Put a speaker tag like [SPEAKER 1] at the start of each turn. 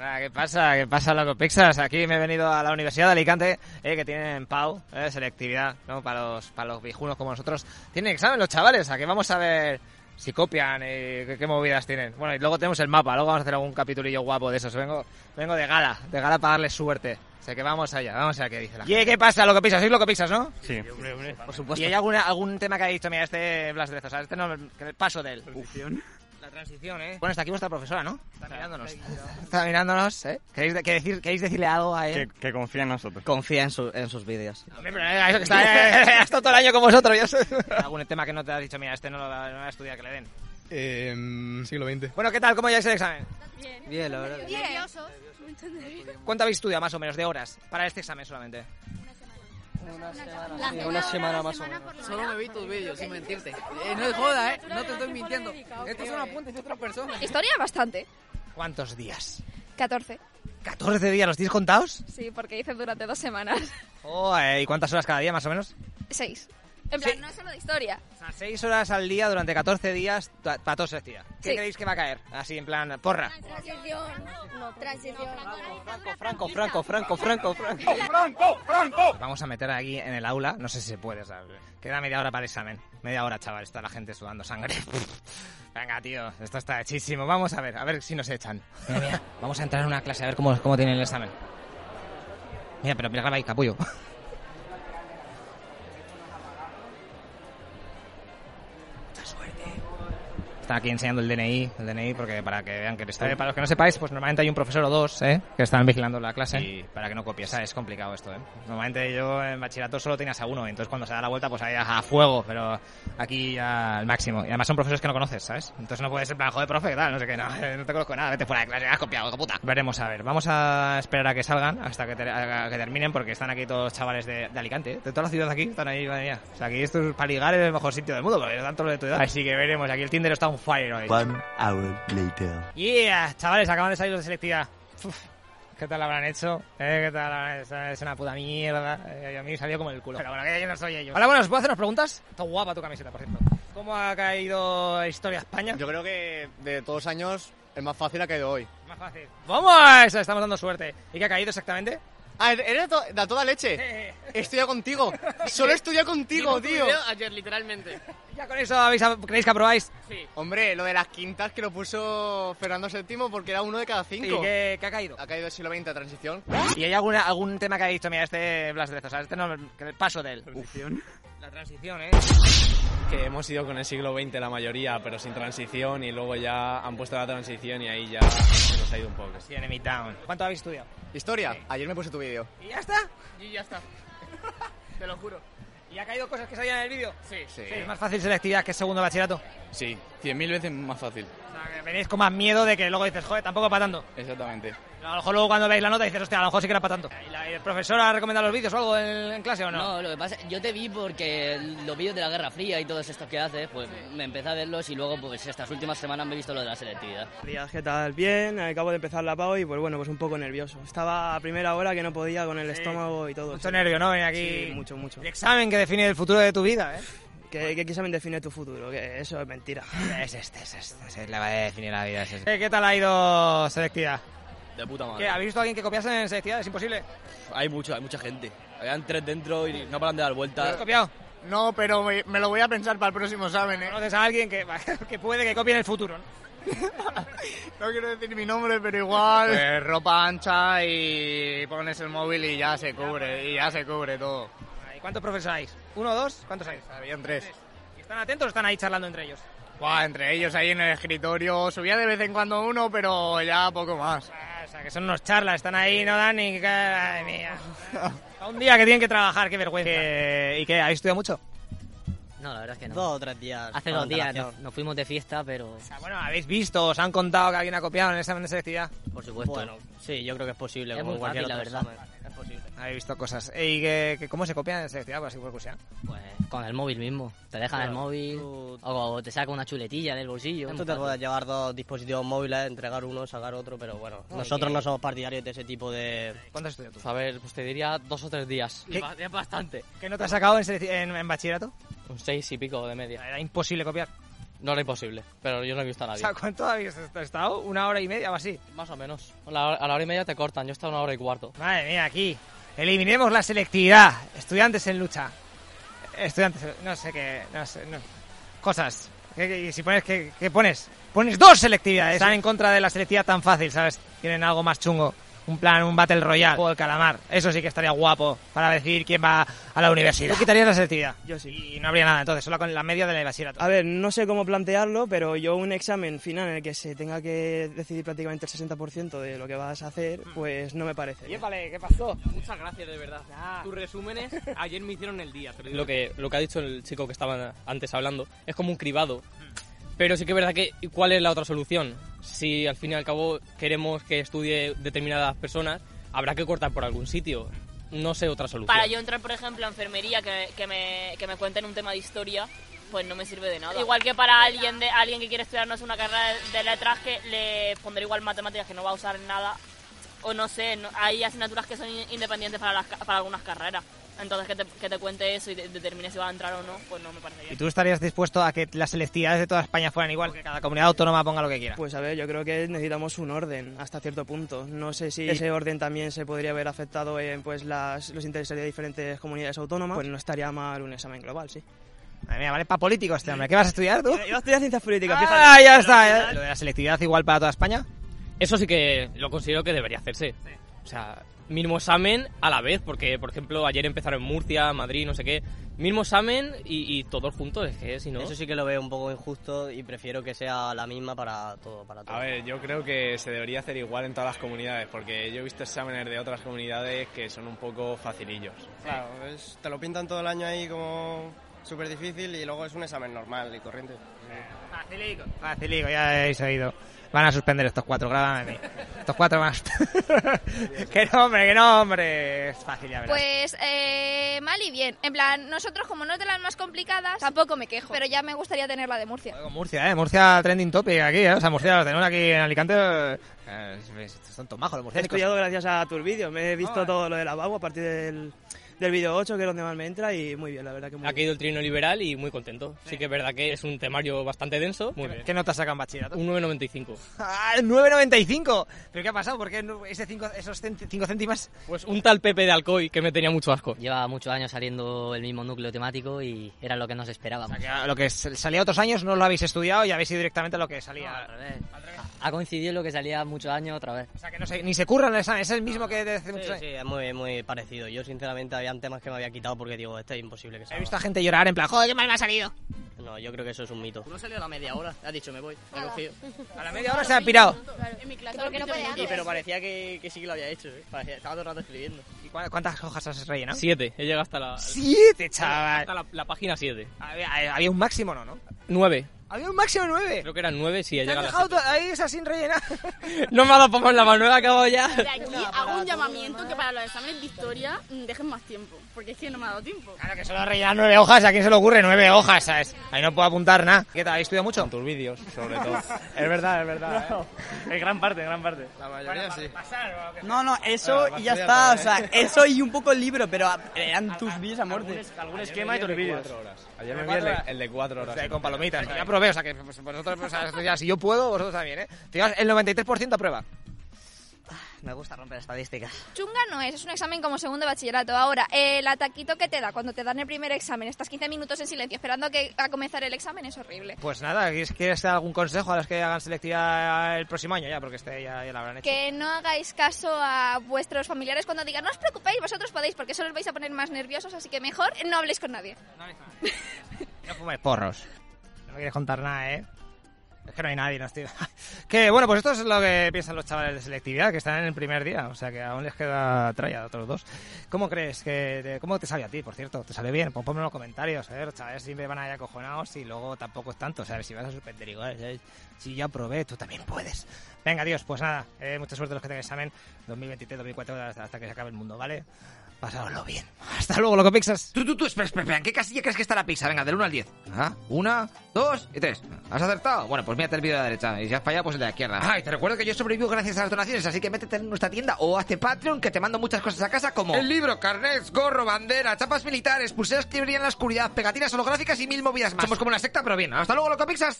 [SPEAKER 1] Ah, ¿Qué pasa? ¿Qué pasa, loco Pixas? Aquí me he venido a la Universidad de Alicante, eh, que tienen PAU, eh, selectividad, ¿no? Para los, para los viejunos como nosotros. Tienen examen los chavales, aquí vamos a ver si copian y qué, qué movidas tienen. Bueno, y luego tenemos el mapa, luego vamos a hacer algún capitulillo guapo de esos. Vengo, vengo de gala, de gala para darle suerte. O sea que vamos allá, vamos allá, que dice la gente. ¿Qué pasa, loco Pixas? ¿Sois loco Pixas, no?
[SPEAKER 2] Sí.
[SPEAKER 1] Por supuesto. ¿Y hay alguna, algún tema que ha dicho, mira, este Blas Drezo, o sea, este no, que paso de él? La transición, ¿eh? Bueno, está aquí vuestra profesora, ¿no? Está mirándonos. Está mirándonos, ¿eh? ¿Queréis, de- que decir, ¿queréis decirle algo a
[SPEAKER 2] Que,
[SPEAKER 1] él?
[SPEAKER 2] que confía en nosotros.
[SPEAKER 3] Confía en, su- en sus vídeos.
[SPEAKER 1] Hombre, pero eh, eso que está, eh, eh, ha estado todo el año con vosotros. Yo sé. ¿Algún tema que no te ha dicho, mira, este no lo va no lo va a estudiar, que le den?
[SPEAKER 4] Eh, siglo XX.
[SPEAKER 1] Bueno, ¿qué tal? ¿Cómo lleváis el examen?
[SPEAKER 3] Bien, la verdad.
[SPEAKER 5] Nerviosos.
[SPEAKER 1] ¿Cuánto habéis estudiado más o menos de horas para este examen solamente?
[SPEAKER 5] La
[SPEAKER 3] Una semana más o
[SPEAKER 5] semana
[SPEAKER 3] menos.
[SPEAKER 5] por lo
[SPEAKER 6] Solo me vi tus vídeos, sin mentirte. Eh, no es joda, ¿eh? No te estoy mintiendo. Esto es un apunte de otra persona.
[SPEAKER 7] Eh, Historia bastante.
[SPEAKER 1] ¿Cuántos días?
[SPEAKER 7] 14.
[SPEAKER 1] ¿14 días? ¿Los tienes contados?
[SPEAKER 7] Sí, porque hice durante dos semanas.
[SPEAKER 1] Oh, eh, ¿Y cuántas horas cada día más o menos?
[SPEAKER 7] 6. En plan,
[SPEAKER 1] Sí.
[SPEAKER 7] no es solo de historia.
[SPEAKER 1] O sea, 6 horas al día durante 14 días ta- para todos los días. ¿Qué
[SPEAKER 7] Sí.
[SPEAKER 1] creéis que va a caer? Así, en plan, porra.
[SPEAKER 5] Transición. No, transición.
[SPEAKER 3] Franco, Franco, Franco, Franco, Franco.
[SPEAKER 1] Vamos a meter aquí en el aula, no sé si se puede, o sea, queda media hora para el examen. Media hora, chaval, está la gente sudando sangre. Venga, tío, esto está hechísimo. Vamos a ver, a ver si nos echan. Mira, mira, vamos a entrar en una clase a ver cómo, cómo tienen el examen. Mira, pero mira, graba ahí, capullo. Mucha suerte. Está aquí enseñando el DNI, el DNI, porque para que vean que está. Para los que no sepáis, pues normalmente hay un profesor o dos, ¿eh? Que están vigilando la clase. Y para que no copies, ¿sabes? Es complicado esto, ¿eh? Normalmente yo en bachillerato solo tenías a uno, entonces cuando se da la vuelta, pues ahí a fuego, pero aquí ya al máximo. Y además son profesores que no conoces, ¿sabes? Entonces no puedes ser en plan, joder, profe, ¿qué tal, no sé qué, no, no te conozco nada, vete fuera de clase, has copiado, hijo puta. Veremos, a ver, vamos a esperar a que salgan, hasta que, ter- a que terminen, porque están aquí todos los chavales de, de Alicante, ¿eh? de toda la ciudad aquí, están ahí, madre mía. O sea, aquí esto es para ligar es el mejor sitio del mundo, porque tanto lo de tu edad. Así que veremos, aquí el Tinder está un fire hoy.
[SPEAKER 8] One hour later.
[SPEAKER 1] Yeah, chavales, acaban de salir los de selectividad. Uf, ¿Qué tal lo habrán hecho? ¿Eh? ¿Qué tal lo habrán hecho? Es una puta mierda. Eh, a mí me salió como el culo. Pero bueno, que yo no soy ellos. Hola, buenas, ¿puedo hacer unas preguntas? Está guapa tu camiseta, por cierto. ¿Cómo ha caído Historia España?
[SPEAKER 4] Yo creo que de todos los años, el más fácil ha caído hoy.
[SPEAKER 1] Más fácil. ¡Vamos! Estamos dando suerte. ¿Y qué ha caído exactamente?
[SPEAKER 4] Ah, ¿eres de, to- de a toda leche?
[SPEAKER 1] Eh,
[SPEAKER 4] Estudia contigo. Solo estudia contigo, tío.
[SPEAKER 6] ayer, literalmente.
[SPEAKER 1] ya con eso habéis, creéis que aprobáis.
[SPEAKER 6] Sí.
[SPEAKER 4] Hombre, lo de las quintas que lo puso Fernando VII porque era uno de cada
[SPEAKER 1] ¿Y
[SPEAKER 4] cinco.
[SPEAKER 1] qué, qué ha caído?
[SPEAKER 4] Ha caído el siglo XX, transición.
[SPEAKER 1] ¿Y hay alguna, algún tema que ha dicho, mira, este Blas Drezo, o sea, este no, que paso de él? La transición, ¿eh?
[SPEAKER 9] Que hemos ido con el siglo XX la mayoría, pero sin transición, y luego ya han puesto la transición y ahí ya se nos ha ido un poco.
[SPEAKER 1] Sí, Enemy Town. ¿Cuánto habéis estudiado?
[SPEAKER 4] Historia, ayer me puse tu vídeo.
[SPEAKER 1] ¿Y ya está?
[SPEAKER 6] Y ya está. Te lo juro.
[SPEAKER 1] ¿Y ha caído cosas que salían en el vídeo?
[SPEAKER 6] Sí.
[SPEAKER 4] Sí.
[SPEAKER 1] Sí, es más fácil selectividad que segundo de bachillerato.
[SPEAKER 9] Sí, 100.000 veces más fácil.
[SPEAKER 1] O sea, que venís con más miedo de que luego dices, joder, tampoco para tanto.
[SPEAKER 9] Exactamente.
[SPEAKER 1] A lo mejor luego cuando veis la nota dices, hostia, a lo mejor sí que era para tanto. ¿Y, la, y el profesor ha recomendado los vídeos o algo en, en clase o no?
[SPEAKER 10] No, lo que pasa, yo te vi porque los vídeos de la Guerra Fría y todos estos que haces, pues me empecé a verlos y luego, pues estas últimas semanas me he visto lo de la selectividad.
[SPEAKER 11] Días, ¿qué tal? Bien, acabo de empezar la PAO y pues bueno, pues un poco nervioso. Estaba a primera hora que no podía con el estómago y todo.
[SPEAKER 1] Mucho
[SPEAKER 11] sí.
[SPEAKER 1] nervio, ¿no? Venir aquí.
[SPEAKER 11] Sí, mucho, mucho.
[SPEAKER 1] El examen que define el futuro de tu vida, ¿eh?
[SPEAKER 11] Que, que examen define tu futuro, que eso es mentira.
[SPEAKER 1] Es este, es este, es la va a definir la vida. este. Eh, ¿Qué tal ha ido selectividad?
[SPEAKER 9] De puta
[SPEAKER 1] ¿Qué, ¿Habéis visto a alguien que copiase en selectividad? Es imposible.
[SPEAKER 9] Hay mucho, hay mucha gente. Habían tres dentro y no paran de dar
[SPEAKER 1] ¿Has
[SPEAKER 9] vueltas.
[SPEAKER 1] copiado?
[SPEAKER 4] No, pero me, me lo voy a pensar para el próximo examen, ¿eh?
[SPEAKER 1] ¿Conoces a alguien que, que puede que copie en el futuro? ¿no?
[SPEAKER 4] No quiero decir mi nombre, pero igual. Pues ropa ancha y pones el móvil y ya se cubre, y ya se cubre todo.
[SPEAKER 1] ¿Y cuántos profesores hay? ¿Uno, dos? ¿Cuántos hay?
[SPEAKER 4] Habían tres.
[SPEAKER 1] ¿Y ¿Están atentos o están ahí charlando entre ellos?
[SPEAKER 4] Buah, entre ellos ahí en el escritorio. Subía de vez en cuando uno, pero ya poco más.
[SPEAKER 1] Ah, O sea, que son unos charlas, están ahí, no dan ni... ¡Ay, mía! A un día que tienen que trabajar, qué vergüenza. ¿Y qué? ¿Habéis estudiado mucho?
[SPEAKER 10] No, la verdad es que
[SPEAKER 3] Dos o tres días.
[SPEAKER 10] Hace
[SPEAKER 3] con
[SPEAKER 10] dos días
[SPEAKER 3] antelación.
[SPEAKER 10] nos, nos fuimos de fiesta, pero
[SPEAKER 1] O sea, bueno, ¿habéis visto? ¿Os han contado que alguien ha copiado en el examen de selectividad?
[SPEAKER 10] por supuesto.
[SPEAKER 3] Bueno, sí, yo creo que es posible.
[SPEAKER 10] Es
[SPEAKER 3] como
[SPEAKER 10] muy
[SPEAKER 3] cualquier
[SPEAKER 10] fácil,
[SPEAKER 3] otro
[SPEAKER 10] la verdad.
[SPEAKER 3] examen. Es posible.
[SPEAKER 1] Habéis visto cosas. ¿Y qué, qué- cómo se copia en selectividad? Por así por curiosidad.
[SPEAKER 10] Pues con el móvil mismo. Te dejan el móvil
[SPEAKER 3] Tú-
[SPEAKER 10] o te saca una chuletilla del bolsillo.
[SPEAKER 3] Tú te puedes llevar dos dispositivos móviles, entregar uno, sacar otro, pero bueno, nosotros no somos partidarios de ese tipo de...
[SPEAKER 1] ¿Cuánto has estudiado tú?
[SPEAKER 6] A ver, pues te diría dos o tres días.
[SPEAKER 1] ¿Qué?
[SPEAKER 6] Es bastante.
[SPEAKER 1] ¿Qué no te has sacado en, selec- en- en bachillerato?
[SPEAKER 6] Un seis y pico de media.
[SPEAKER 1] Era imposible copiar.
[SPEAKER 2] No era imposible, pero yo no he visto a
[SPEAKER 1] O
[SPEAKER 2] nadie.
[SPEAKER 1] sea, ¿cuánto habéis est- estado? ¿Una hora y media o así?
[SPEAKER 2] Más o menos. A la, hora, a la hora y media te cortan, yo he estado una hora y cuarto.
[SPEAKER 1] Madre mía, aquí. Eliminemos la selectividad. Estudiantes en lucha. Estudiantes, en- no sé qué, no sé, no. Cosas. ¿Qué- qué- y si pones, ¿qué, qué pones? Pones dos selectividades. Están en contra de la selectividad tan fácil, ¿sabes? Tienen algo más chungo. Un plan, un Battle Royale, juego del calamar. Eso sí que estaría guapo para decidir quién va a la universidad. ¿Tú quitarías la selectividad?
[SPEAKER 11] Yo sí.
[SPEAKER 1] Y no habría nada, entonces, solo con la media de la bachillerato.
[SPEAKER 11] A ver, no sé cómo plantearlo, pero yo un examen final en el que se tenga que decidir prácticamente el 60% de lo que vas a hacer, pues no me parece.
[SPEAKER 1] Vale, ¿qué pasó?
[SPEAKER 12] Muchas gracias, de verdad. Tus resúmenes ayer me hicieron el día. te lo digo.
[SPEAKER 2] Lo que, lo que ha dicho el chico que estaba antes hablando es como un cribado. Pero sí que es verdad que ¿y ¿cuál es la otra solución? Si al fin y al cabo queremos que estudie determinadas personas, habrá que cortar por algún sitio. No sé otra solución.
[SPEAKER 13] Para yo entrar, por ejemplo, a enfermería, que, que me, que me cuenten un tema de historia, pues no me sirve de nada. Igual que para alguien de alguien que quiere estudiarnos una carrera de, de letras, que le pondré igual matemáticas que no va a usar en nada. O no sé, no- hay asignaturas que son in- independientes para, las ca- para algunas carreras. Entonces, que te, que te cuente eso y de- determine si va a entrar o no, pues no me parece bien.
[SPEAKER 1] ¿Y tú estarías dispuesto a que las selectividades de toda España fueran igual, que cada comunidad autónoma ponga lo que quiera?
[SPEAKER 11] Pues a ver, yo creo que necesitamos un orden hasta cierto punto. No sé si
[SPEAKER 1] Es-
[SPEAKER 11] ese orden también se podría haber afectado en pues las, los intereses de diferentes comunidades autónomas. Pues no estaría mal un examen global, sí.
[SPEAKER 1] Madre mía, vale para político este hombre. ¿Qué vas a estudiar tú?
[SPEAKER 11] Yo estudiar ciencias políticas, fíjate.
[SPEAKER 1] Ah, ya está. ya. Lo de la selectividad igual para toda España.
[SPEAKER 12] Eso sí que lo considero que debería hacerse. O sea,
[SPEAKER 2] Mínimo examen a la vez, porque por ejemplo ayer empezaron en Murcia, Madrid, no sé qué. Mínimo examen y, y todos juntos, es que si no...
[SPEAKER 3] Eso sí que lo veo un poco injusto y prefiero que sea la misma para todo, para todo.
[SPEAKER 9] A ver, yo creo que se debería hacer igual en todas las comunidades, porque yo he visto exámenes de otras comunidades que son un poco facilillos.
[SPEAKER 14] Claro, es- te lo pintan todo el año ahí como súper difícil y luego es un examen normal y corriente.
[SPEAKER 1] Facilico. Facilico, ya habéis oído. Van a suspender estos cuatro, grábame a mí. Estos cuatro van a suspender. que no, hombre, que no, hombre. Es fácil, ya verás.
[SPEAKER 7] Pues eh, mal y bien. En plan, nosotros como no es de las más complicadas, tampoco me quejo. Pero ya me gustaría tener la de Murcia.
[SPEAKER 1] Murcia, eh. Murcia trending topic aquí, eh. O sea, Murcia los tenemos aquí en Alicante. eh, son todos majos los
[SPEAKER 11] He
[SPEAKER 1] murcianos.
[SPEAKER 11] estudiado gracias a tus vídeos. Me he visto
[SPEAKER 15] eh.
[SPEAKER 11] todo lo de la BAU a partir del, del vídeo 8, que es donde más me entra, y muy bien, la verdad que muy
[SPEAKER 2] Ha
[SPEAKER 11] bien.
[SPEAKER 2] caído el trino liberal y muy contento. Sí que es verdad que es un temario bastante denso. Muy bien.
[SPEAKER 1] ¿Qué nota sacan bachillerato?
[SPEAKER 2] Un 9,95.
[SPEAKER 1] ¡Ah, el 9.95! ¿Pero qué ha pasado? ¿Por qué no- ese cinco, esos 5 céntimas?
[SPEAKER 2] Pues un tal Pepe de Alcoy que me tenía mucho asco.
[SPEAKER 16] Lleva muchos años saliendo el mismo núcleo temático y era lo que nos esperábamos.
[SPEAKER 1] Ya, lo que s- salía otros años no lo habéis estudiado y habéis ido directamente a lo que salía.
[SPEAKER 16] Ha coincidido lo que salía muchos años otra vez.
[SPEAKER 1] O sea, que no sé, ni se curran el examen, es el mismo que de hace
[SPEAKER 3] Sí,
[SPEAKER 1] muchos
[SPEAKER 3] sí,
[SPEAKER 1] años.
[SPEAKER 3] es muy, muy parecido. Yo, sinceramente, había temas que me había quitado porque digo, este es imposible que salga.
[SPEAKER 1] He visto a gente llorar en plan, joder, qué mal me ha salido.
[SPEAKER 3] No, yo creo que eso es un mito.
[SPEAKER 12] No salió a la media hora, ha dicho me voy.
[SPEAKER 1] A la media hora se ha pirado.
[SPEAKER 12] En mi clase
[SPEAKER 13] Creo que no puede antes.
[SPEAKER 12] pero parecía que, que sí que lo había hecho, ¿eh? Parecía- estaba todo el rato escribiendo.
[SPEAKER 1] ¿Y cua- cuántas hojas has rellenado?
[SPEAKER 2] Siete. He llegado hasta la...
[SPEAKER 1] ¡Siete,
[SPEAKER 3] Ah.
[SPEAKER 1] chaval!
[SPEAKER 2] Hasta la, la página 7.
[SPEAKER 1] Había, había un máximo, ¿no? ¿no?
[SPEAKER 2] 9.
[SPEAKER 1] Había un máximo de nueve.
[SPEAKER 2] Creo que eran 9 si he
[SPEAKER 1] Te has
[SPEAKER 2] llegado a
[SPEAKER 1] dejado to- ahí esa sin rellenar.
[SPEAKER 2] la- No me ha dado por favor, la mano, he acabado ya.
[SPEAKER 17] De aquí hago un llamamiento que para los exámenes de historia mm, dejen más tiempo, porque es que no me ha dado tiempo. Claro que
[SPEAKER 1] Solo has rellenado nueve hojas, ¿a quién se le ocurre nueve hojas? ¿sabes? Ahí no puedo apuntar nada. ¿Qué tal? ¿Habéis estudiado mucho? En
[SPEAKER 9] tus vídeos, sobre
[SPEAKER 1] todo.
[SPEAKER 9] Es verdad, es verdad.
[SPEAKER 18] En gran parte, en gran parte.
[SPEAKER 14] La mayoría sí.
[SPEAKER 12] No, no, eso
[SPEAKER 18] Bueno,
[SPEAKER 12] y ya está,
[SPEAKER 18] bastante,
[SPEAKER 12] o
[SPEAKER 18] ¿no?
[SPEAKER 12] sea, eso y un poco el libro, pero a- eran tus vídeos a muerte.
[SPEAKER 18] algún
[SPEAKER 9] Ayer me vi el de cuatro horas. Ayer me vi el de- el de cuatro horas.
[SPEAKER 1] O sea, con palomitas, que ya probé, o sea, que pues, vosotros, o sea, ya, si yo puedo, vosotros también, ¿eh? Fijaos, el 93% aprueba.
[SPEAKER 15] Me gusta romper estadísticas.
[SPEAKER 7] Chunga no es, es un examen como segundo de bachillerato. Ahora, el ataquito que te da cuando te dan el primer examen, estás 15 minutos en silencio esperando a, que, a comenzar el examen, es horrible.
[SPEAKER 1] Pues nada, ¿quieres- ¿quieres dar algún consejo a los que hagan selectividad el próximo año ya? Porque este ya, ya lo habrán hecho.
[SPEAKER 7] Que no hagáis caso a vuestros familiares cuando digan, no os preocupéis, vosotros podéis, porque solo os vais a poner más nerviosos, así que mejor no habléis con nadie.
[SPEAKER 1] No fumes porros. No me quieres contar nada, ¿eh? Es que no hay nadie, no estoy... que bueno, pues esto es lo que piensan los chavales de selectividad, que están en el primer día, o sea que aún les queda tralla a otros dos. ¿Cómo crees que... te- ¿Cómo te salió a ti, por cierto? ¿Te salió bien? Pues ponme en los comentarios, ¿eh? Los chavales siempre van ahí acojonados y luego tampoco es tanto, ¿sabes? Si vas a suspender igual, ¿sabes? Si ya probé, tú también puedes. Venga, Dios, pues nada, eh, mucha suerte a los que tengan examen 2023, 2024, hasta, hasta que se acabe el mundo, ¿vale? Pasadlo bien. Hasta luego, loco pixas. Tú, tú, tú, espera, espera, espera. ¿En qué casilla crees que está la pizza? Venga, del 1 al 10. Ajá. Una, dos y tres. ¿Has acertado? Bueno, pues mírate el vídeo de la derecha. Y si has fallado, pues el de la izquierda. Ah, y te recuerdo que yo sobrevivo gracias a las donaciones, así que métete en nuestra tienda o hazte Patreon que te mando muchas cosas a casa como... El libro, carnets, gorro, bandera, chapas militares, pulseras que brillan en la oscuridad, pegatinas holográficas y mil movidas más. Somos como una secta, pero bien. Hasta luego, loco pixas.